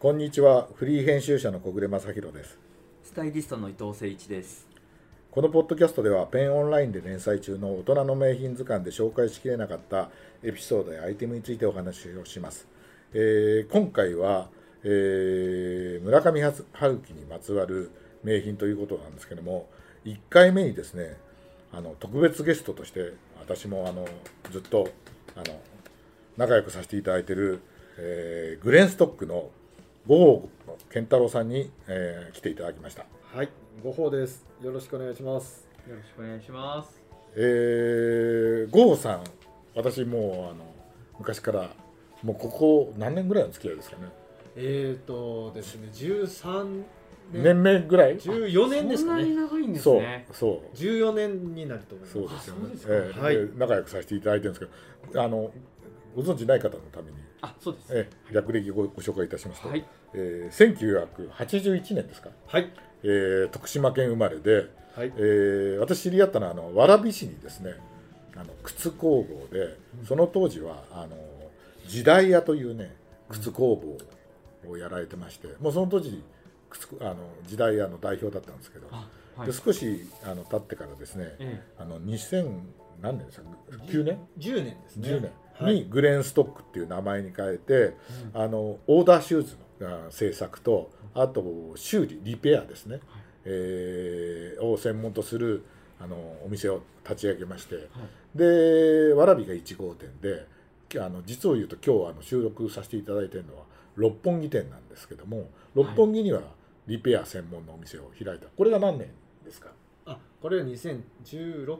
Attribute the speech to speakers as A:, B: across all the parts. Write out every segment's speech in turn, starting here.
A: こんにちはフリー編集者の小暮正弘です
B: スタイリストの伊藤誠一です。
A: このポッドキャストではペンオンラインで連載中の大人の名品図鑑で紹介しきれなかったエピソードやアイテムについてお話をします、えー今回は、えー村上春樹にまつわる名品ということなんですけども1回目にですねあの特別ゲストとして私もあのずっとあの仲良くさせていただいている、えーグレンストックの郷健太郎さんに、えー来ていただきました
C: はい、ごほうです。よろしくお願いします。
B: よろしくお願いします。
A: えー、ゴーさん、私もうあの昔から、もうここ何年ぐらいの付き合いですかね、
C: えーとですね、13年、
A: 年目ぐらい、そ
C: 14年ですか
B: そんなに
C: ね。
B: 長いんです
A: う
B: ね。、
A: そう、
C: 14年になると思います。
A: そうですよね
B: あそうです、か
A: ええ
C: はい
A: で仲良くさせていただいてるんですけど、あのご存知ない方のために、
B: あ、そうです。
A: ええ略歴をごご紹介いたしますと、
B: はい。
A: えー、1981年ですか、
C: はい、
A: えー徳島県生まれで、
C: はい
A: え、ー私知り合ったのはあの蕨市にですねあの靴工房でその当時はあの時代屋というね靴工房をやられてましてもうその当時靴あの時代屋の代表だったんですけど、
B: あ、はい
A: で。少しあの経ってからですね
B: え
A: あの2000何年でした9年
C: 10年ですね。
A: 10年
C: は
A: に
C: い、
A: グレンストックっていう名前に変えて、あのオーダーシューズのあ製作とあと修理リペアですね、えーを専門とするあのお店を立ち上げまして、でわらびが1号店できあの実を言うと今日あの収録させていただいてるのは六本木店なんですけども六本木にはリペア専門のお店を開いたこれが何年ですか
C: あ、これは2016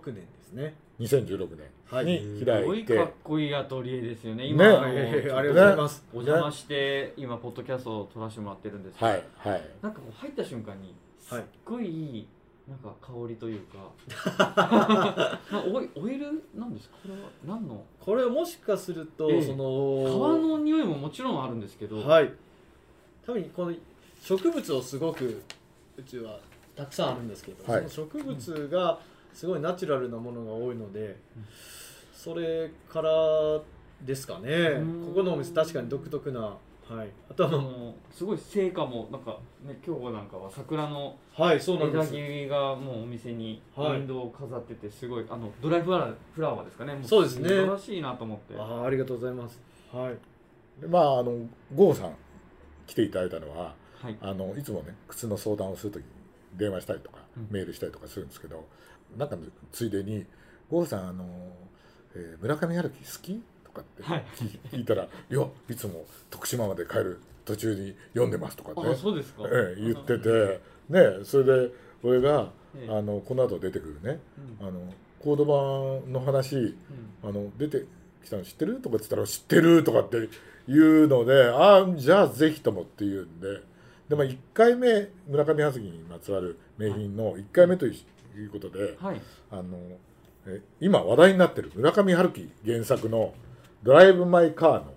C: 年ですね。
A: 2016
C: は
A: 年に
C: い
B: え。すご
A: 開い
B: い
A: て、
B: かっこいいアトリエですよね。
A: ね
B: 今、あの
C: はい、
A: ええ
C: ありがとうございます。
B: お邪魔して、今ポッドキャストを撮らせてもらってるんですけど、
A: はいはい
B: なんかこう入った瞬間に、す
C: は
B: っ
C: い
B: ごいいい。なんか香りという か、なオイオイルなんですか？これは何の？
C: これもしかすると、
B: ええ
C: そ
B: 皮
C: の、
B: の匂いももちろんあるんですけど、
C: はい、多分この植物をすごくうちはたくさんあるんですけど、
A: はい
C: その植物がすごいナチュラルなものが多いので、
B: うん
C: それからですかね
B: うん
C: ここのお店確かに独特な、はい、あと
B: あ
C: はも
B: のすごい成果もなんかね今日はなんかは桜の
C: うはいそうなん
B: 枝
C: です
B: 切りがもうお店にウ
C: はい
B: ィンドウを飾っててすごい、あのドライフラワーフラワーですかねも
C: そうですね
B: 素晴らしいなと思って
C: あーありがとうございますはい
A: でまああの郷さん来ていただいたのは
B: はい
A: あのいつもね靴の相談をするときに電話したりとか、
B: うん
A: メールしたりとかするんですけどなんかのついでに「郷さんあの、えー村上春樹好き?」とかって
B: はい
A: 聞,、いたら「いやいつも徳島まで帰る途中に読んでます」とか
B: あ
A: ね、
B: そうですか、
A: ええ言ってて、ね、それで俺が、
B: ええ
A: あのこの後出てくるね
B: うん
A: あのコード版の話
B: うん
A: あの出てきたの知ってるとか言ってたら知ってるとかって言うのでああじゃあぜひともって言うんででも1回目村上春樹にまつわる名品の1回目ということで
B: はい
A: あのえ今話題になってる村上春樹原作の「ドライブ・マイ・カー」の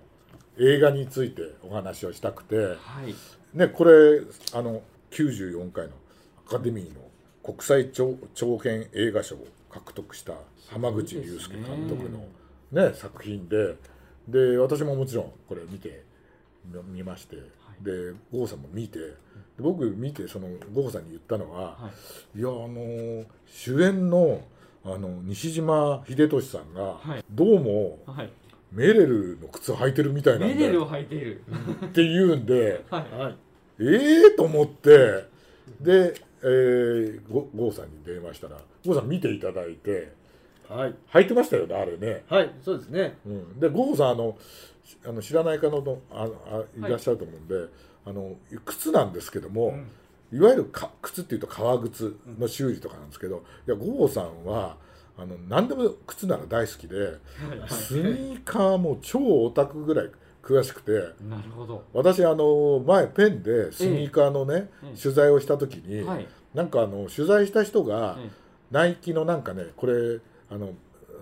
A: 映画についてお話をしたくて、
B: はい
A: ね、これあの94回のアカデミーの国際長長編映画賞を獲得した濱口竜介監督の、ね、作品でで私ももちろんこれ見てみ見まして、で郷さんも見てで僕見てその郷さんに言ったのは、
B: はい
A: い、やあの主演のあの西島秀俊さんが、
B: はい
A: どうも
B: はい
A: メレルの靴履いてるみたいな
B: メ
A: ん
B: デ
A: で
B: ルを履いている、
A: って言うんで。
B: はい
C: はい
A: ええと思ってで、えー、ゴゴーさんに電話したらゴーさん見ていただいて
C: はい、
A: 履いてましたよねあれね、
C: はい、そうですね
A: うん、でゴーさんあのしあの知らない方のああ
B: はい
A: いらっしゃると思うんで、あの靴なんですけども、
B: うん
A: いわゆるか靴っていうと革靴の修理とかなんですけど、いやゴーさんはあの何でも靴なら大好きでスニーカーも超オタクぐらい詳しくて。
B: なるほど、
A: 私あの前ペンでスニーカーのね、
B: ええ
A: 取材をした時に、
B: はい、
A: なんかあの取材した人が、
B: え
A: ナイキのなんかねこれあの、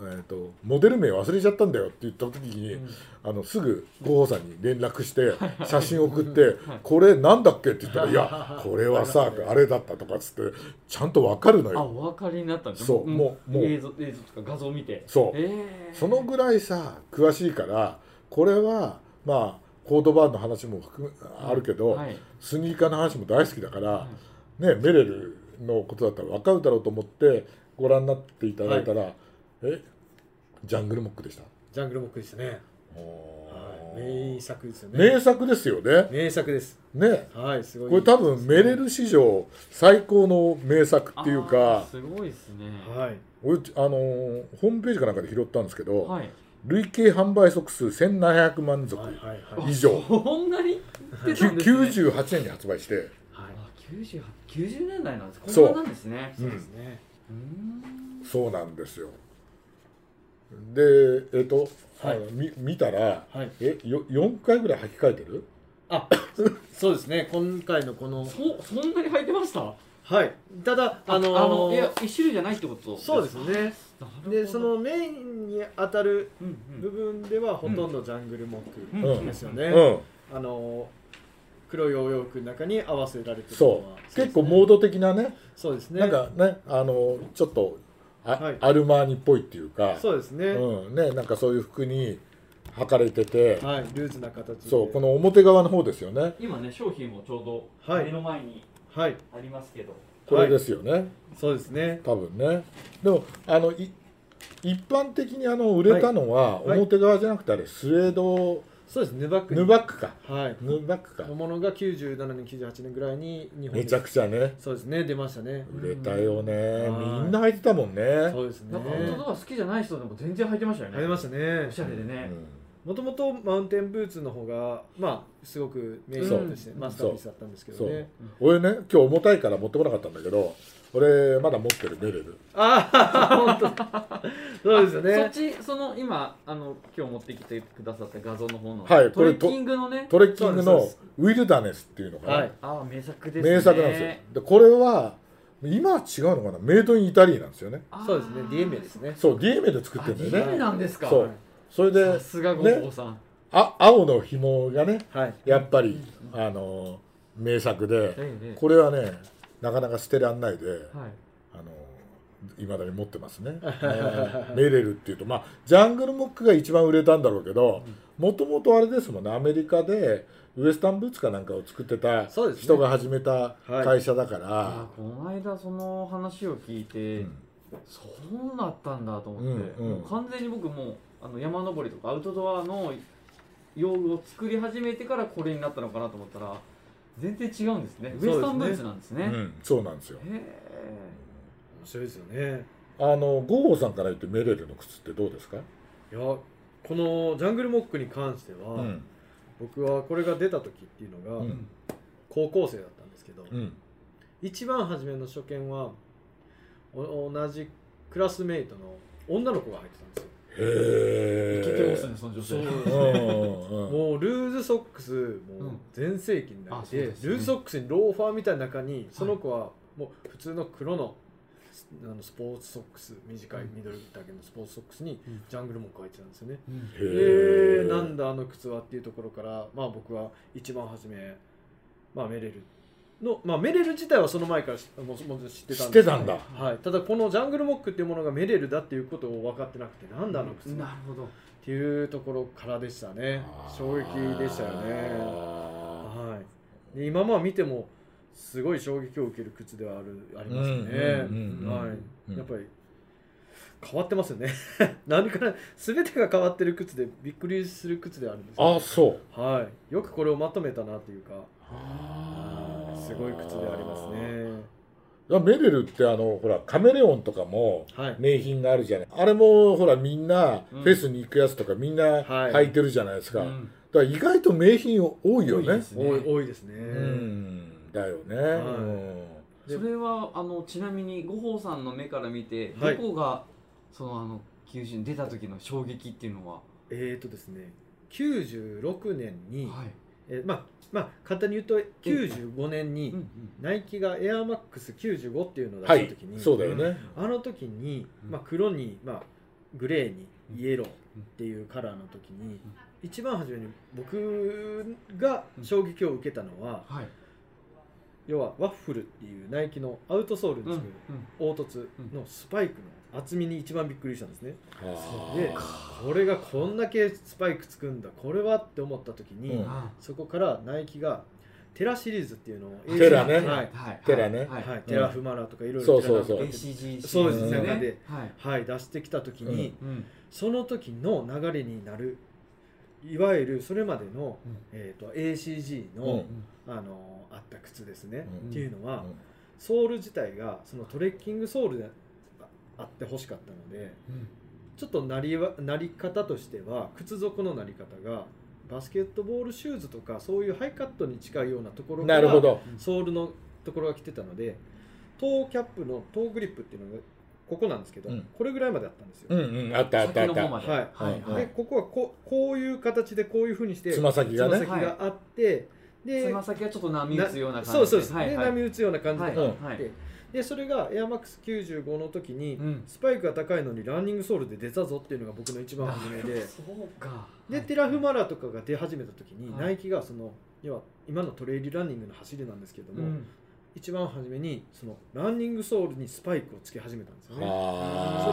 A: えー、とモデル名忘れちゃったんだよって言った時に、
B: えうん
A: あのすぐゴーさんに連絡して写真送って「これなんだっけ?」って言ったら「いやこれはさあれだった」とかっつってちゃんとわかるの
B: あ
A: よ。
B: お分かりになったんですね
A: そう
B: 僕
A: もうもう
B: 映像映像とか画像を見て
A: そう
B: えー
A: そのぐらいさ詳しいからこれはまあコートバーンの話も含めあるけど、
B: はい
A: スニーカーの話も大好きだから、
B: は
A: ね、メレルのことだったら分かるだろうと思ってご覧になっていただいたら、えジャングルモックでした。
C: ジャングルモックですね、
A: お
C: はい、
A: ー
C: 名作ですよね
A: 名作ですよね。
C: 名作です
A: ね
C: はいすごい
A: これ多分メレル史上最高の名作
B: い
A: っていう
B: あー
A: か
B: すごいですね
C: はい
A: 俺あのーホームページかなんかで拾ったんですけど、
B: はい
A: 累計販売足数1700万足、
C: はいはい
B: あ
A: 以上
B: そんなに言ってたんですね
A: 98年に発売して
C: はい
B: あ98 90年代なんですこん
A: そう
B: ななんですね
C: そうですね
B: うーん
A: そうなんですよでえっ、と、
C: は
A: あ
C: い
A: のみ見たら
C: はい
A: えよ4回ぐらい履き替えてる
C: あそうですね今回のこの
B: そそんなに履いてましたあ
C: はいただあのー
B: あのいや一種類じゃないってこと
C: そうですね
B: なるほど
C: でそのメインに当たる
B: うん
C: 部分ではほとんどジャングルモッ
B: うん
C: クですよね、
A: うん
C: あのー黒いお洋服の中に合わせられてるの
A: そ
C: は
A: う結構モー
C: ド
A: ド的なね
C: そうですね
A: なんかねあのちょっとあ、
C: はい
A: アルマーニっぽいっていうか
C: そうですね、
A: うんね、なんかそういう服に履かれてて、
C: はいルーズな形で
A: そうこの表側の方ですよね
B: 今ね商品もちょうど
C: はい
B: 目の前に
C: はい
B: ありますけど
A: これですよね、
C: そうですね
A: 多分ねでもあのい一般的にあの売れたのは
C: はい
A: 表側じゃなくてあれスウェード
C: そうですヌバックに
A: ヌバックか
C: はい
A: ヌバックか
C: のものが97年98年ぐらいに日本で
A: めちゃくちゃね
C: そうですね出ましたね
A: 売れたよね
C: はい
A: みんな履いてたもんね
C: そうですね
B: なんかアウトドア好きじゃない人でも全然履いてましたよね
C: ありましたね
B: おしゃれでね
C: もともとマウンテンブーツの方がまあすごくメイン
A: そう
C: としてマスターピースだったんですけどね
A: うん俺ね今日重たいから持ってこなかったんだけど俺まだ持ってるメレル
C: ああ本当そうですよ
B: そっ
C: ね
B: ちその今あの今日持ってきてくださった画像の方の、
A: はいこ
B: トレ
A: れ
B: ッキングのね
A: トレッキング
C: そうで
A: の
C: す
A: ウィルダネスっていうのかな、
C: はい
B: ああ名作ですね
A: 名作なんですよでこれは今は違うのかなメイドインイタリーなんですよね
B: あー
C: そうですね DMA ですね
A: そう DMA で作
B: あ
A: ってるんだよね
B: DMA なんですか
A: そうそれ
B: さ
A: です
B: がごぼうさん、
A: あ青の紐がね
C: はい
A: やっぱりあの名作で
B: ねね
A: これはねなかなか捨てらんないで
B: はい
A: あのいまだに持ってますねねメレルっていうとまあジャングルモックが一番売れたんだろうけどもともとあれですもんねアメリカでウエスタンブーツかなんかを作ってた
C: そうですね
A: 人が始めた会社だから、
B: あーこの間その話を聞いて、
A: うん
B: そうなったんだと思って、
A: うんうん
B: もう完全に僕もうあの山登りとかアウトドアの用具を作り始めてからこれになったのかなと思ったら全然違うんですね
C: そうで
B: ウ
C: すね
B: エスタンブーツなんですね
A: うん、そうなんですよ
B: へ
C: 面白いですよね
A: あのゴーゴさんから言ってメレルの靴ってどうですか、
C: いやこのジャングルモックに関して
A: う
C: は、
A: ん
C: 僕はこれが出た時っていうのが、
A: うん
C: 高校生だったんですけど、
A: うん
C: 一番初めの初見はお同じクラスメイトの女の子が入ってたんですよ
A: へ
B: え
A: え
B: イケてますねその女性
C: そう
A: うんうん
C: もうルーズソックスもうん全盛期になっ
B: あそう
C: て、
B: ですね
C: ルーズソックスにローファーみたいな中にその子はもう普通の黒のスあのスポーツソックス短い
B: うん
C: ミドルだけのスポーツソックスに
B: うん
C: ジャングルモック入ってたんですよね、
B: うん
A: へ
C: え
A: え
C: ー、なんだあの靴はっていうところから、まあ、僕は一番初め、まあ、メレルの、まあ、メレル自体はその前からしもちもちろん知ってたんですけど
A: 知ってたん
B: だ
C: はい、ただこのジャングルモックっていうものがメレルだっていうことを分かってなくてなんだあの靴
B: な
C: っ
B: るほど
C: ていうところからでしたね衝撃でしたよね、
A: あ
C: はい、で今まあ見てもすごい衝撃を受ける靴ではあるありますよね、
A: うんうんうん
C: は
A: うん
C: い、やっぱり変わってますよね 何から全てが変わってる靴でびっくりする靴ではあるんです
A: ーあ
C: よ
A: ーそう
C: はい、よくこれをまとめたなというか
A: あー
C: すごい靴でありますね
A: いやメレルってあのほらカメレオンとかも
C: はい
A: 名品があるじゃないあれもほらみんなフ
B: うん
A: ェスに行くやつとかみんな
C: はい
A: 履いてるじゃないですか、
B: う
A: だ
B: ん
A: から意外と名品多いよ
B: 多い
A: ね
B: です
C: 多い多いですね、
A: うんだよね、
C: い
A: うん
B: それはあのちなみに五宝さんの目から見て、
C: はい
B: どこがそのあの求人出た時の衝撃っていうのは、
C: えーとですね96年に、
B: はい、
C: えーまあまあ簡単に言うと95年
B: うんう
C: に
B: ん
C: ナイキがエアマックス95っていうのを出
A: は
C: した
A: い
C: 時に、
A: そうだよね、
C: あの時に、
B: うん
C: まあ、黒に、まあ、グレーに
B: うん
C: イエローっていうカラーの時に、
B: ん
C: 一番初めに僕が衝撃を受けたのは、
B: はい、
C: 要はワッフルっていうナイキのアウトソールに
B: うんう
C: つ
B: ん
C: く凹凸のスパイクの厚みに一番びっくりしたんですね
A: あ
C: でこれがこんだけスパイクつくんだこれはって思った時に、
A: うん
B: あ
C: そこからナイキがテラシリーズっていうのを
B: ー
A: テラね
C: はい
B: はい
A: テラね
B: は
C: はいい
B: はい
C: テラフマラとかいろい
A: そ
C: ろ
A: うそうそう
C: テラフマラとか
B: ACG
C: そう
A: です
B: ね
A: ね
B: 中ではい
C: はい、出してきた時に、
A: うん
B: うん
C: その時の流れになるいわゆるそれまでの、
B: うん
C: えー、と ACG の,、
A: うん
C: あのあった靴ですね、
A: うん
C: っていうの
A: う
C: は、
A: ん
C: ソール自体がそのトレッキングソールでああってほしかったので
B: うん
C: ちょっとなりわなり方としては靴底のなり方がバスケットボールシューズとかそういうハイカットに近いようなところか
A: なるほ
C: ら
A: ど
C: ソールのところが来てたのでトーキャップのトーグリップっていうのがここなんですけど、
A: うん
C: これぐらいまであったんですよ。
A: うんうんあったあったあ
B: 先
A: っ
B: の方ま
A: た
B: で
C: はい
B: はいは
C: で
B: い
C: ここはこうこういう形でこういうふうにして
A: つま先が
C: つ
A: ね
C: ま先があって、
B: つ
C: で
B: ま先はちょっと波打つような感じ
C: そうそうです、
B: はい
C: で
B: はい
C: 波打つような感じで
B: は
C: あっ
B: い
C: て、
B: はい
C: でそれがエアマックス95の時に、
B: うん
C: スパイクが高いのにランニングソールで出たぞっていうのが僕の一番初めで
B: そうか
C: でテラフマラとかが出始めた時に、
B: はい
C: ナイキがその要は今のトレイルランニングの走りなんですけども、
B: うん
C: 一番初めにそのランニングソールにスパイクをつけ始めたんですよねそれ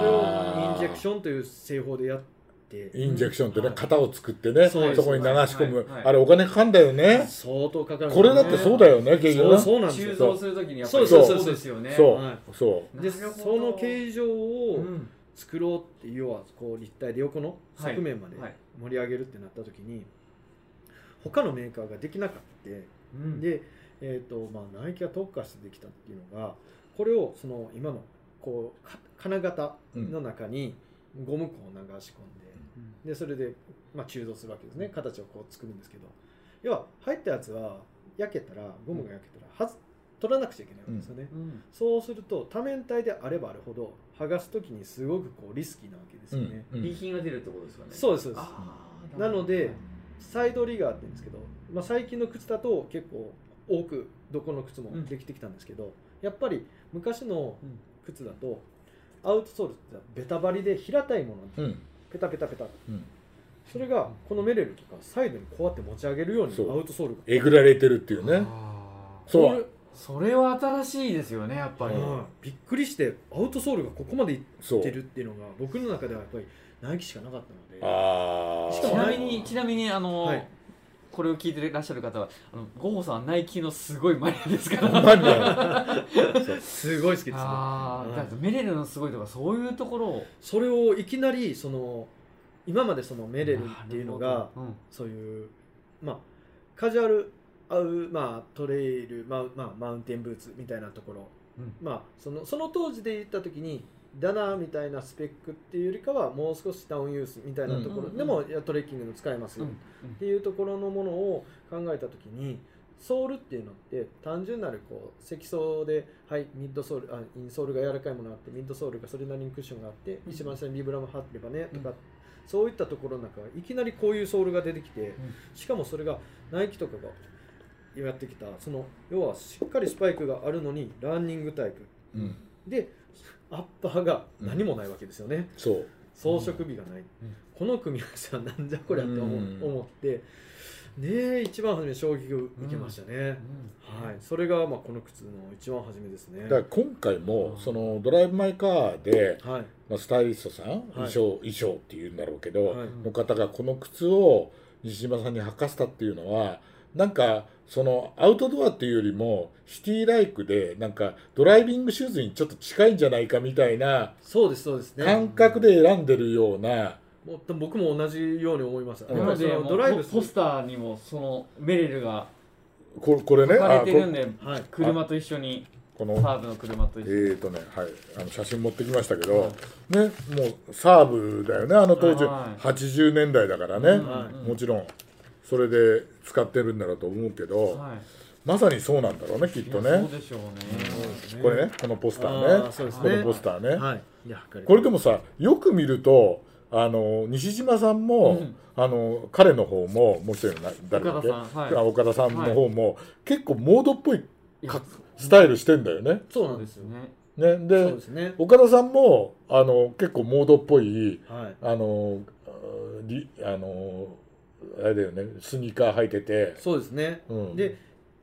A: あ
C: をインジェク
A: ョ
C: ションという製法でやって
A: ンインジェクションってね
B: はい
A: 型を作ってねそ
C: そうです
A: こに流し込む
B: はいはい
A: あれお金かかんだよね
C: 相当かかるんです
A: こ
C: よね
A: れだってそうだよね結局
C: そう
A: な
C: そうなんです
B: 収
C: よ
B: 蔵するときにやっぱり
A: そう
C: そう
B: そうですよね
A: そ
C: は
A: うそ
B: な
C: で
B: る
C: そ
B: ほど
C: の形状を
B: うん
C: 作ろうっていう要はこう立体で横の側面まで
B: はい
C: 盛り上げるってなった時に他のメーカーができなかった
B: うん
C: で、えーとまあ、ナイキが特化してできたっていうのがこれをその今のこうか金型の中にゴム粉を流し込んで
B: うん
C: でそれで、まあ、鋳造するわけですね形をこう作るんですけど要は入ったやつは焼けたらゴムが焼けたらはず取らなくちゃいけないわけですよね、
B: うん
C: そうすると多面体であればあるほど剥がす時にすごくこうリスキーなわけです
A: うう
C: よ
A: ん
C: ね、
A: うん
B: 品品が出るってことですかね
C: そうですそうです
B: あー
C: なので
B: はい
C: サイドリガーって言うんですけど、まあ、最近の靴だと結構多くどこの靴もできてきたんですけど、やっぱり昔の
B: うん
C: 靴だとアウトソールってベタ張りで平たいもの
A: うん
C: ペタペタペタ
A: うん
C: それがこのメレルとかサイドにこうやって持ち上げるように
A: そう
C: アウトソールが
A: えぐられてるっていうね
B: あー
A: そう
B: それは新しいですよねやっぱり
C: うんびっくりしてアウトソールがここまでいっ
A: そう
C: てるっていうのが僕の中ではやっぱりナイキしかなかったので
A: ああ
C: し
B: ち
C: かも
B: なみにちなみにあの、
C: はい
B: これを聞いてらっしゃる方はあのゴホさんはナイキのすごいマニアですから
A: ほんまにね
C: すごい好きですね
B: あー
C: はい
B: だからメレルのすごいとかそういうところを
C: それをいきなりその今までそのメレルっていう
B: な
C: の
B: る
C: が
B: ほどうん
C: そういうまあカジュアル合う、まあ、トレイル、まあまあ、マウンテンブーツみたいなところ、
B: うん
C: まあ、そのその当時で言った時にダナーみたいなスペックっていうよりかはもう少しダウンユースみたいなところ、
B: うん
C: でもいやトレッキングの使えますよ、
B: うん
C: っていうところのものを考えた時にソールっていうのって単純なるこう積層で、はい、ミッドソールあインソールが柔らかいものがあってミッドソールがそれなりにクッションがあって
B: うん
C: 一番下にビブラム貼ってればねとか、
B: うん
C: そういったところの中いきなりこういうソールが出てきて、
B: ん
C: しかもそれがナイキとかがやってきたその要はしっかりスパイクがあるのにランニングタイプ
A: うん
C: でアッパーが何もないわけですよね。
A: そう
C: 装飾美がない、
B: うん
C: この組み合わせはなんじゃこりゃって思,、
A: うん
C: 思ってねえ一番初め衝撃を受けましたね、はいそれがまあこの靴の一番初めですね
A: だから今回もそのドライブ・マイ・カーで、
C: はい
A: まあ、スタイリストさん、衣装衣装っていうんだろうけど、
C: はい
A: の方がこの靴を西島さんに履かせたっていうのはなんかそのアウトドアっていうよりもシティライクでなんかドライビングシューズにちょっと近いんじゃないかみたいな
C: そうですそうですね
A: 感覚で選んでるような、
C: もう僕も同じように思いました
A: うん
B: なので
C: やっぱりそ
B: もう
C: ドライブす
B: ポ
C: る
B: スターにもそのメレルが
A: ここれね
B: 書かれ
A: あ
B: てるんで
C: はい
B: 車と一緒に
A: ここ
B: サ
A: の
B: ーブの車と
A: えっ、
B: 一緒に
A: とね、はい、あの写真持ってきましたけど、ね、もうサーブだよねあの当時
B: はい
A: 80年代だからね、
B: うん
C: はい
B: うん
A: もちろんそれで使ってるんだろうと思うけど、
B: はい
A: まさにそうなんだろうねきっ
B: いや
A: と
B: そう
A: ね
B: でしょうね
C: そうです
A: これねこのポスター
C: あ
A: ね
C: そうですね
A: このポスターね、
C: はいいや測れる
A: これでもさよく見るとあの西島さんも、
B: うん
A: あの彼の方ももう一人のな誰だっ
B: 岡
A: け
B: 田さんはい
A: あ岡田さんの方も、結構モードっぽい
B: いや
A: かスタイルしてんだよね。
C: そう
B: そ
C: な
B: うんで
C: ですす
B: よ
C: よ
B: ね
A: ねで
C: そうですね
A: 岡田さんもあの結構モードっぽい
C: はい
A: あのあリあのあれだよねスニーカー履いてて。
C: そうですね
A: うん
C: で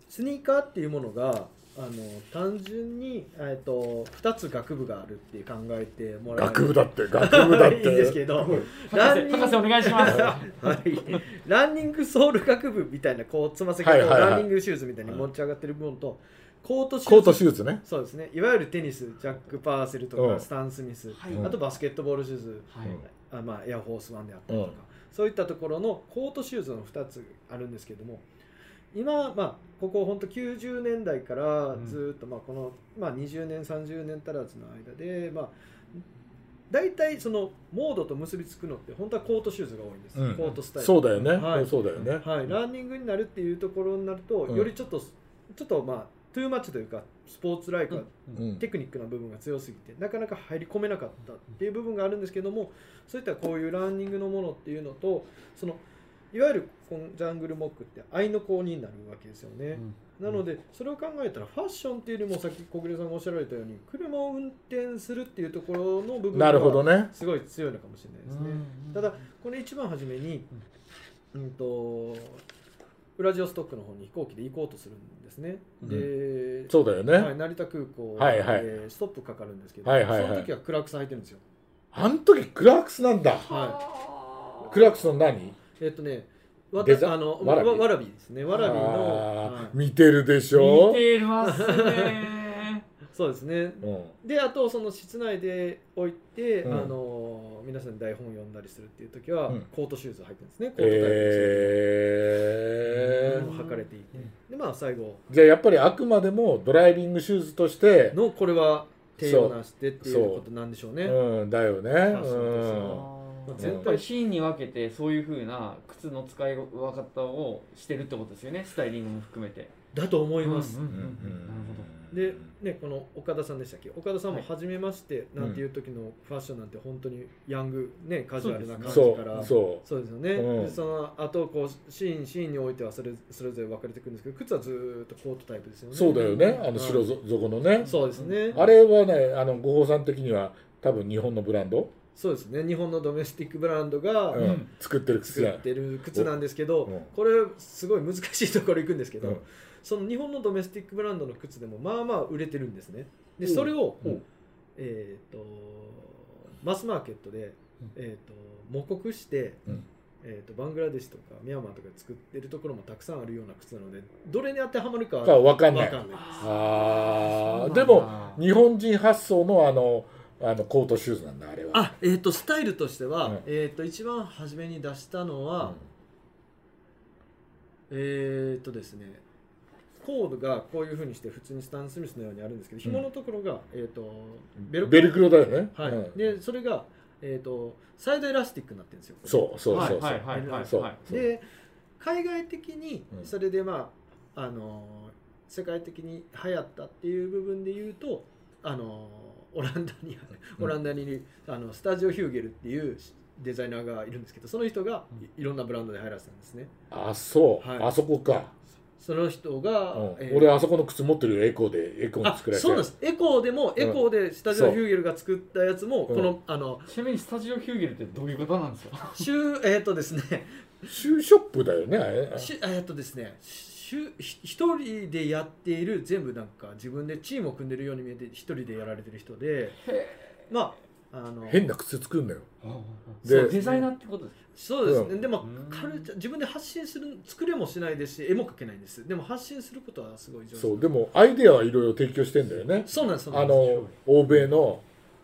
C: スニーカーっていうものがあの単純に、えっと2つ学部があるって考えてもらえる
A: 学部だって学部だって
C: いいですけどラ
B: 博
C: ン
B: 士
C: ニン
B: 博士お願いします
C: はい、ランニングソール学部みたいなこうつま先の
A: はいはいはい
C: ランニングシューズみたいに持ち上がってる部分と、コートシュ
A: コー
C: ーズ
A: ト手術ね
C: そうですねいわゆるテニスジャック・パーセルと
A: う
C: か
A: ん
C: スタン・スミス、
B: はい
A: うん
C: あとバスケットボールシューズ、
B: はい
A: うん
C: あまあ、エアフォースワンであったりとか、
A: うん
C: そういったところのコートシューズの2つあるんですけども今、まあ、ここ本当90年代からずっと、まあ、この、まあ、20年30年足らずの間で、まあ、大体そのモードと結びつくのって本当はコートシューズが多いんです、
A: うん
C: コートスタイル。
A: そうだよね、
C: はい
A: そうだよね、
C: はい、ランニングになるっていうところになると、
A: うん
C: よりちょっとちょっとまあトゥーマッチというかスポーツライクは
A: うん
C: テクニックな部分が強すぎてなかなか入り込めなかったっていう部分があるんですけどもそういったこういうランニングのものっていうのとそのいわゆるこのジャングルモックって愛の子になるわけですよね、なのでそれを考えたらファッションっていうよりもさっき小暮さんがおっしゃられたように車を運転するっていうところの部分
A: なるほど
C: が
A: ね
C: すごい強いのかもしれないですね。ただこれ一番初めに、うん、とウラジオストックの方に飛行機で行こうとするんですね。で、
A: そうだよね、
C: はい、成田空港
A: はいはい
C: でストップかかるんですけど、
A: はいはいはい
C: その時はクラックス履いてるんですよ。
A: あの時クラークスなんだ
B: は
A: クラークスの何
C: えっとね、わ
A: デザ
C: あの
A: わ
C: わ
A: らび
C: わらびですね。わらび
A: あ
C: の、
A: ー
C: はい
A: 見てるでしょ
B: 見てますね
C: そうですね。
A: うん
C: であとその室内で置いて、
A: うん
C: あの皆さんに台本読んだりするっていう時は、
A: うん
C: コートシューズ履いてるんですね。コートタイプですよね
A: え
C: もう履かれていて、でまあ最後
A: ー、じゃあやっぱりあくまでもドライビングシューズとして、
C: のこれは提案なしてっていうことなんでしょうね。
A: うん、だよね、
C: そうそう
B: あ
A: う
B: ー
A: 全体
B: やっぱりシーンに分けてそういうふうな靴の使い分け方をしてるってことですよねスタイリングも含めて
C: だと思います。
B: うんうん
A: んう
B: うんんうんなるほど
C: で、ね、この岡田さんでしたっけ岡田さんも
B: はい
C: 初めまして、なんていう時のファッションなんて本当にヤング、ね、カジュアルな感じか
A: そ
C: ら
A: うそ
C: そうですよね、
A: うん
C: でそのあとこうシーンシーンにおいてはそれそれぞれ分かれてくるんですけど靴はずーっとコートタイプですよ
A: う
C: ね
A: そうだよねあの
C: は
A: 白
C: い
A: 底のね
C: そうですね
A: あれはねあのご保さん的には多分日本のブランド、
C: そうですね日本のドメスティックブランドが
A: うん
B: うん
A: 作ってる靴
C: 作
A: や
C: ってる靴なんですけど、
A: うん
C: これすごい難しいところ行くんですけど、
A: うん
C: その日本のドメスティックブランドの靴でもまあまあ売れてるんですねで
A: うん
C: それを、
A: うん
C: えっ、とマスマーケットで
B: うん、
C: えー、と模刻して、
A: うん
C: えー、とバングラデシュとかミャンマーとかで作ってるところもたくさんあるような靴なのでどれに当てはまるか
A: か分かんな
C: わ
A: い
C: かんない
A: あ
B: そうなん
A: ー
B: だ
A: でも日本人発想のあのあのコートシューズなんだあれは
C: あえっ、とスタイルとしては、
A: うん
C: えっ、と一番初めに出したのは、えー、っとですねコードがこういうふうにして普通にスタン・スミスのようにあるんですけど紐のところが、えー、と
A: うん
C: ベルクロ
A: ベルクロだよね、
C: はい
A: うん
C: でそれが、えー、とサイドエラスティックになってるんですよ
A: そうそうそうそう、
B: はいはいはいはい
A: そう
B: はい
A: そう
C: で海外的に
A: うん
C: それでまあ、あのー世界的に流行ったっていう部分で言うとあのーオランダに
A: うん
C: オランダにいる、あのスタジオ・ヒューゲルっていうデザイナーがいるんですけどその人がいいろんなブランドで入らせたんですね
A: あそう、
C: はい
A: あそこか、
C: その人が、
A: うん
C: えー
A: 俺あそこの靴持ってるよエコーでエコー
C: あ
A: の作られて
C: そうなんですエコーでも、エコーでスタジオ
A: そう
C: ヒューゲルが作ったやつも、
A: うん
C: このあの
B: ちなみにスタジオヒューゲルってどういうことなんですか
C: シューえっ、とですね
A: シューショップだよねあれ
C: シュえっ、とですねシュひ一人でやっている全部なんか自分でチームを組んでるように見えて一人でやられてる人でまああの
A: 変な靴作るのよで
B: そうデザイナーってことです
C: そうですね、
A: うん
C: でも
B: うん
C: カルチャー自分で発信する作れもしないですし絵も描けないんですでも発信することはすごい上手
A: そうでもアイデアはいろいろ提供してんだよね
C: そうなんですそうな
A: あ
C: んです
A: の欧米の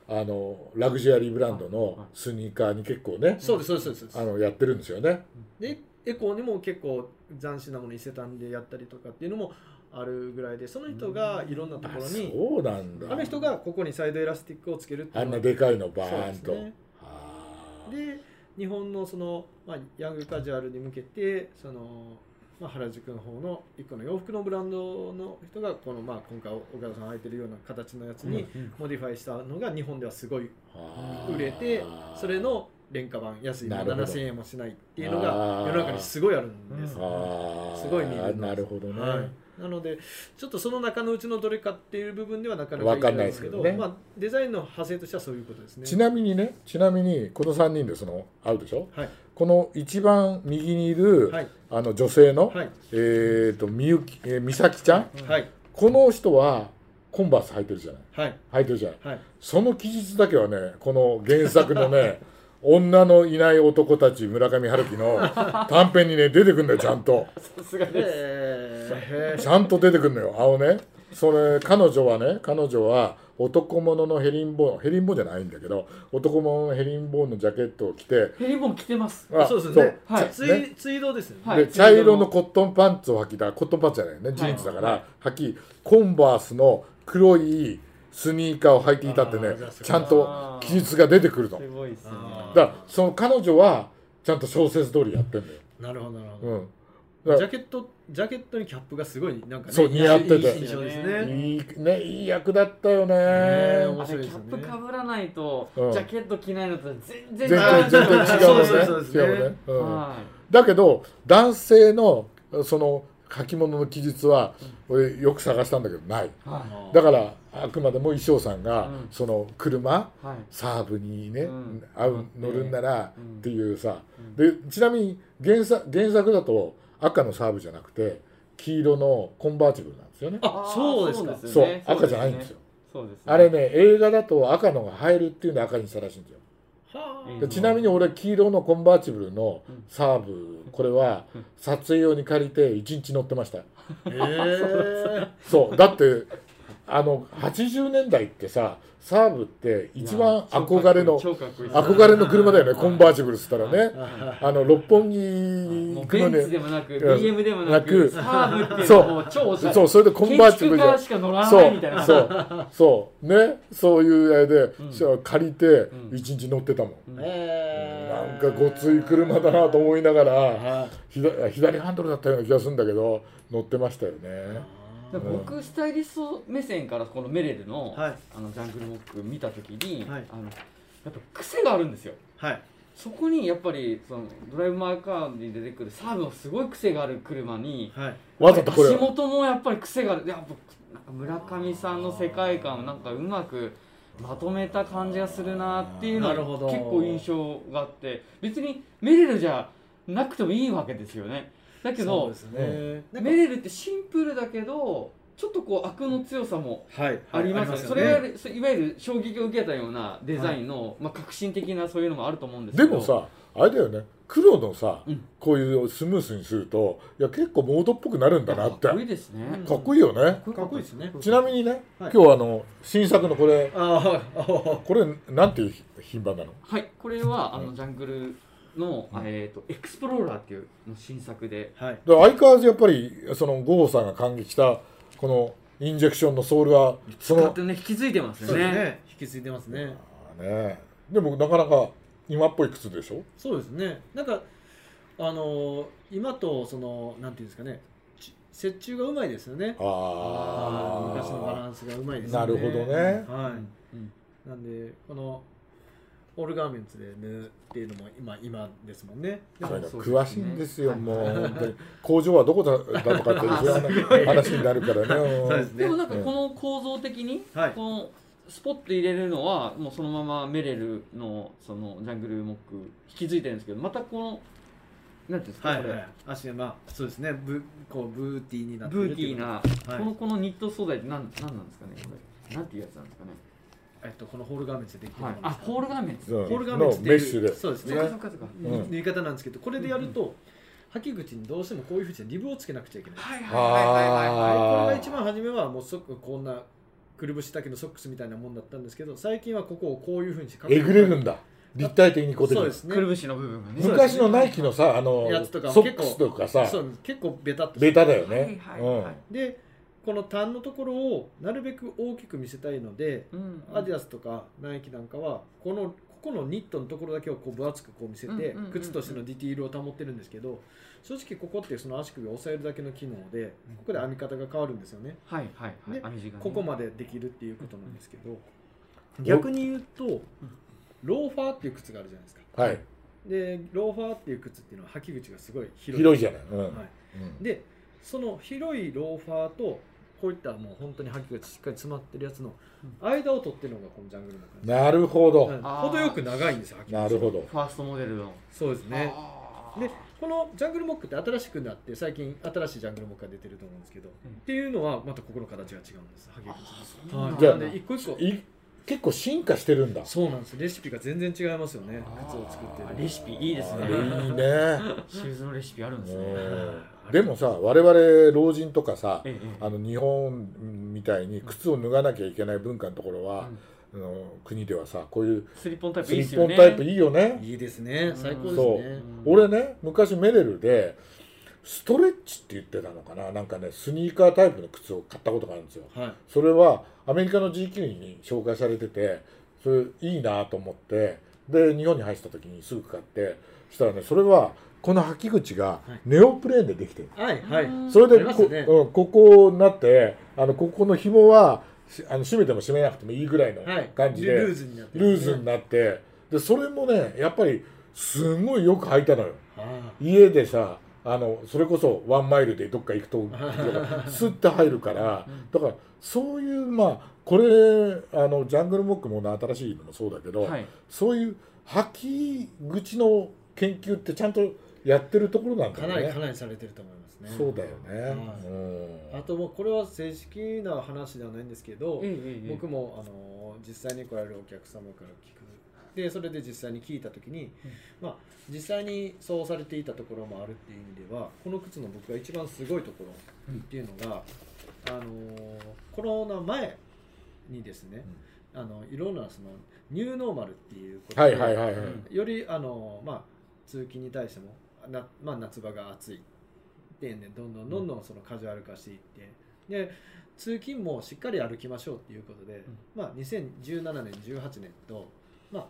A: あのラグジュアリーブランドのスニーカーに結構ね
C: そうですそうですそうです
A: あのやってるんですよね
C: でエコーにも結構斬新なもの伊勢丹でやったりとかっていうのもあるぐらいでその人がいろんなと
A: あ
C: ころに
A: そうなん
C: あ
A: だ
C: の人がここにサイドエラスティックをつけるってい
A: あ
C: うん
A: な
C: のが
A: でかいのバーン
C: そ
A: と、
C: うですね
A: あー
C: で日本のその、まあ、ヤングカジュアルに向けてその、まあ、原宿の方の一個の洋服のブランドの人がこの、まあ、今回岡田さん履いてるような形のやつにモディファイしたのが日本ではすごい
A: あー
C: 売れてそれの廉価版安いの
A: なるほど
C: 7000円もしないっていうのが
A: あー
C: 世の中にすごいあるんです
B: うん
A: あー
C: すごい見るんです
A: なるほどね、
C: はい、なのでちょっとその中のうちのどれかっていう部分ではなかなか
A: わかんないですけ
C: け
A: ど
C: ど、
A: ね
C: まあ、デザインの派生としてはそういうことですね
A: ちなみにねちなみにこの3人でその会うでしょ
C: はい
A: この一番右にいる、
C: はい
A: あの女性の、
C: はい
A: えっ、とみゆき、えー、美咲ちゃん
C: はい
A: この人はコンバース履いてるじゃない
C: はい
A: 履いてるじゃない
C: はい
A: その記述だけはねこの原作の ね女のいない男たち村上春樹の短編にね出てくるんだよちゃんと
B: さすがです。
C: え
A: ちゃんと出てくるのよあのねそれ彼女はね彼女は男物のヘリンボーンヘリンボーンじゃないんだけど男物のヘリンボーンのジャケットを着て
B: ヘリボン着てます。
A: あ
C: そうですね
B: はい
C: ツ
A: ね
C: イツイードですね
B: はい
A: で茶色のコットンパンツを履きだコットンパンツじゃないよねジーンズだから、
B: はい
A: 履きコンバースの黒いスニーカーを履いていたって
C: あ
A: ね
C: ーじゃあそれ
A: ちゃんと記述が出てくるのだ
B: すごいですね。
C: あ
A: からその彼女はちゃんと小説通りやってんだよ、
C: なるほどなるほ
A: う
C: ど、
A: ん、だ
C: ジャ
A: か
C: ケットジャケットにキャップがすごいなんか、ね、
A: そう似合ってて
C: いい印象です
A: ら
C: ね
A: いい,、ね、いい役だったよね
C: ね面
B: あ
C: 白い
B: れ
C: で
B: キ
C: す
B: ャ
C: よ
B: ッ
C: ね
B: プかぶらないと、
A: うん
B: ジャケット着ないのと全
A: 全
B: 然
A: 然全然違うのね
C: そうそうそうですね
A: 違うのね、うん
B: は
A: だけど男性のその書き物の記述は俺よく探したんだけどない
B: い。は
A: だからあくまでも衣装さんが、
B: うん
A: その車
B: い。はい。
A: サーブにね、
B: うん
A: 合う乗
B: 乗って
A: るんなら
B: うん
A: っていうさ、
B: うん
A: でちなみに原作原作だと赤のサーブじゃなくて黄色のコンバーチブルなんですよね
C: あそうですか
A: そ
B: そう
A: う
B: ですよね
A: 赤じゃないんですよ。
B: そうですね。
A: あれね映画だと赤のが入るっていうんで赤にしたらしいんですよ
C: は
B: う
A: で
B: ん
A: ちなみに俺黄色のコンバーチブルのサーブこれは
B: うん
A: 撮影用に借りて1日乗ってました
C: あ、え
A: そうだってあの80年代ってさサーブって一番憧れの
B: 超かっこいい超かっこいい
A: 憧れの車だよね
B: はい
A: コンバーチブルっつったらね
C: ー、
A: あの六本木行
B: もう
A: く
B: ベ
A: の
B: ンツ
A: ね
B: でもなく、
A: ん
B: BM でもな
A: なく
B: く、サーブっていうのはもう超おしゃれ。
A: そうそれでコンバーチブル
B: 建
A: で
B: 築家しか乗ら
A: そ
B: ないみ
A: う
B: たいな。
A: そうそうねそういうあれで
B: うん
A: そう借りて
B: ん
A: 1日乗ってたもん
B: うん
A: な
C: え
A: んかごつい車だなと思いながら
C: はい
A: 左左ハンドルだったような気がするんだけど乗ってましたよね
B: でも僕スタイリスト目線からこのメレルの,、
C: はい
B: あのジャングルモック見た時に、
C: はい
B: あのやっぱ癖があるんですよ
C: はい
B: そこにやっぱりそのドライブ・マイ・カーに出てくるサーブのすごい癖がある車に
C: はい
A: わざとこれ
B: 足元もやっぱり癖があるやっぱなんか村上さんの世界観をなんかうまくまとめた感じがするなっていうの
C: なるほど
B: は結構印象があって別にメレルじゃなくてもいいわけですよねだけ
C: そ
B: ど
C: うですね、なんか
B: メレルってシンプルだけどちょっとこう悪の強さも
C: はいはい
B: ありますね
C: よ
B: それはいわゆるそういわゆる衝撃を受けたようなデザインの、まあ、革新的なそういうのもあると思うんですけ
A: で
B: ど
A: もさあれだよね黒のさ、
B: うん
A: こういうスムースにするといや結構モードっぽくなるんだなって
B: かっこ
A: か
B: いいですね、
C: うん
A: っこいいよね、
C: かっこいいですね
A: ちなみにね、
C: は
A: 今
C: い
A: 日あの新作のこれ
C: ああー
A: これなんていう品番なの
B: はいこれはあのジャングルの、えー、とエクスプローラーっていうの新作で
C: はい
A: だから相変わらずやっぱりそのゴーさんが感激したこのインジェクションのソールはそ
B: 使っ
A: の
B: てね引き継いでます
C: そうですね
B: ね
C: 引き継いでますね
A: あーねでもなかなか今っぽい靴でしょ
C: そうですねなんかあのー今とそのなんていうんですかねち折衷がうまいですよねあー
A: ああ
C: 昔のバランスがうまいです
A: なるほどね
C: は
B: うん
C: いなんでこのオールガーメンツで縫うっていうのも今今ですもんねで
A: そうい
C: も
A: うの
B: そうですね
A: 詳しいんですよ、
B: はい
A: もう本当に工場はどこだだとかっていうそういう話になるからね。うん
C: そうですね
B: でもなんかこの構造的に、
C: はい
B: このスポット入れるのはもうそのままメレルのそのジャングルモック引き継いでるんですけどまたこのなんていうんですか、
C: はい
B: こ
C: は
B: れ
C: い足がまあそうですねブこうブーティーになって
B: ブ
C: る
B: ーテ
C: ってい
B: ィ
C: う
B: ー
C: のが
B: な、
C: はい
B: このこのニット素材ってなんなんなんですかねこれなんていうやつなんですかね、
C: えっとこのホールガーメンツでできてる
B: はい、あホールガーメンツ
A: うん
C: ホールガーメン
A: の
C: ツって
A: メ
C: い
A: ッ
C: う
A: シュで。
C: そうです
B: そう
C: ね
B: かそうかそうか、
A: ん
C: 縫い方なんですけどこれでやると履き口にどうしてもこういうふうにリブをつけなくちゃいけない
B: はいはいはいはいはい
C: はいこれが
A: あ
C: 一番初めはもうそこんなくるぶし丈のソックスみたいなもんだったんですけど最近はここをこういうふうにして
A: あ
C: 隠
A: えぐれるんだ。立体的にこうでき
C: そうで
A: る。
C: すね
B: くるぶしの部分がね
C: そう
A: 昔のナイキのさ、あの
C: やつとか、も
A: ソッ
C: 結構
A: クスとかさ、
C: そうです結構ベタっと
A: ベタだよ
B: はい
A: ね。
B: はいは
A: う
B: い
C: でこのタンのところをなるべく大きく見せたいので、
B: うん
C: アディダスとかナイキなんかはこのここのニットのところだけをこう分厚くこう見せて、
B: うんうんうんうん
C: 靴としてのディティールを保ってるんですけど正直ここってその足首を押さえるだけの機能でここで編み方が変わるんですよね、
B: はいはいはい
C: で
B: 編み地がね
C: ここまでできるっていうことなんですけど、
A: ん
C: 逆に言うとローファーっていう靴があるじゃないですか
A: んはい。
C: でローファーっていう靴っていうのは履き口がすごい広い
A: 広いじゃない。うん
C: はい、
A: うん
C: でその広いローファーとこういったもう本当に履き口しっかり詰まってるやつの間を取ってるのがこのジャングルの感じ
A: なるほど。
C: うん程よく長いんですよ履き口
A: なるほど。
B: ファーストモデルの
C: そうですね
B: あー
C: でこのジャングルモックって新しくなって最近新しいジャングルモックが出てると思うんですけど、
B: うん
C: っていうのはまたここの形が違うんですハゲ口
B: あーそうなんだ
C: はい
A: じゃあ
C: なので一個一個
A: い結構進化してるんだ
C: そうなんですレシピが全然違いますよね
A: あー
C: 靴を作ってる
B: あレシピいいですね
A: あれいいね
B: シューズのレシピあるんですね
A: うん でもさ我々老人とかさ
B: ええええ
A: あの日本みたいに靴を脱がなきゃいけない文化のところは
B: う、ん
A: あの国ではさこういう
B: スリッポンタイプ
A: ス
B: いい
A: リ
B: で
A: ッ
B: すよ
A: ポ
B: ね
A: ンタイプいいよね
C: いいですね最高ですね、
A: そう
B: うん
A: 俺ね昔メレルでストレッチって言ってたのかななんかねスニーカータイプの靴を買ったことがあるんですよ
C: はい
A: それはアメリカの GQ に紹介されててそれいいなと思ってで日本に入ってた時にすぐ買ってそしたらねそれはこの履き口が
C: はい
A: ネオプレーンでできてる、
C: はいはい
A: それ
C: あ
A: で
C: ります
A: こ,、
C: よね
A: うん、ここになってあのここの紐はしあの締めても締めなくてもいいぐらいの
C: はい
A: 感じで、
C: ルルーズになってる
A: ルーズになってでそれもねやっぱりすごいよく履いたのよ
C: あ
A: 家でさあのそれこそワンマイルでどっか行くと スッて入るからだからそういうまあこれあのジャングルモックもの新しいのもそうだけど、
B: はい
A: そういう履き口の研究ってちゃんとやってるところなんだ
C: ーか
A: よ
C: なり
A: ね
C: かなりされてると思いますね
A: そうだよね、
C: はい
A: うん
C: あともうこれは正式な話ではないんですけど、
B: ええええ
C: 僕もあの実際に来られるお客様から聞くでそれで実際に聞いた時に、まあ、実際にそうされていたところもあるっていう意味ではこの靴の僕が一番すごいところっていうのが、あのコロナ前にですね、あのいろんなそのニューノーマルっていうことで、
A: はいはいはいはい、
B: うん
C: よりあの、まあ、通勤に対してもな、まあ、夏場が暑いってねどんどんどんどんそのカジュアル化していってで通勤もしっかり歩きましょうっていうことで、まあ、2017年18年と、まあ、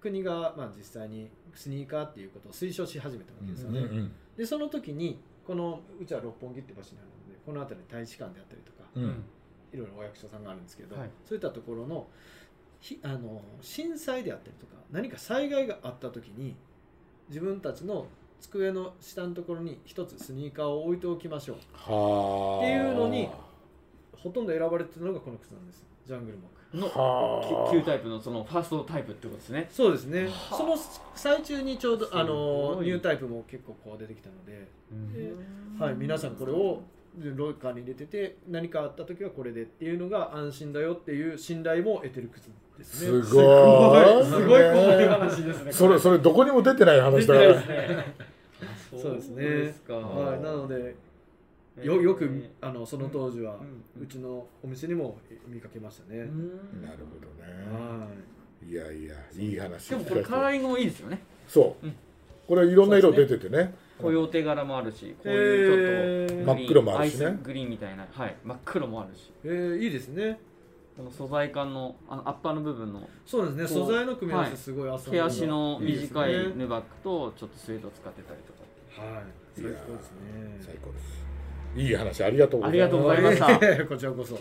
C: 国が、まあ、実際にスニーカーっていうことを推奨し始めたわけですよ
A: うん
C: ね。
A: うん
C: でその時にこのうちは六本木って場所にあるのでこの辺りに大使館であったりとか、
A: うん
B: うん
C: いろいろお役所さんがあるんですけど、
B: はい
C: そういったところのひあの震災であったりとか何か災害があった時に自分たちの机の下のところに一つスニーカーを置いておきましょう
A: はあ
C: っていうのにほとんど選ばれてるのがこの靴なんですジャングルモック
B: の
A: はあ
B: 旧旧タイプのそのファーストタイプってことですね
C: そうですね
A: はあ
C: その最中にちょうどあ
B: す
C: の
B: ごい
C: ニュータイプも結構こう出てきたので、
B: うん
C: はい、皆さんこれをロッカーに入れてて何かあった時はこれでっていうのが安心だよっていう信頼も得てる靴です
A: すご
C: ね
A: い
C: すごい怖い話ですね
A: それそれどこにも出てない話 だから
B: ね
C: そうです
B: そう
C: ね
B: ですか
C: はい、なのでよよくあのその当時はうちのお店にも見かけましたね。
A: なる
B: ど
A: ほどね
C: はい
A: やいやいい話
B: でもこれカラーリングもいいですよね
A: そう、
B: うん
A: これいろんな色出ててね
B: コヨーテ柄もあるしこう
C: い。
B: いうちょっとグリーン
A: 真っ黒もあるしね
B: アイスグリーンみたいなはい真っ黒もあるし
C: えーいいですね。
B: この素材感のあのアッパーの部分の
C: そうですね。
B: こう
C: 素材の組み合わ
B: は
C: せ
B: い
C: すごい朝
B: 毛足の
A: いい
B: 短い
C: ですね
B: ヌバックとちょっとスウェットを使ってたりとか
C: はい。最高ですね。
A: 最高ですいい話ありがとうござ
B: あ
A: い
B: りがとうございました
C: いえいえこちらこそ。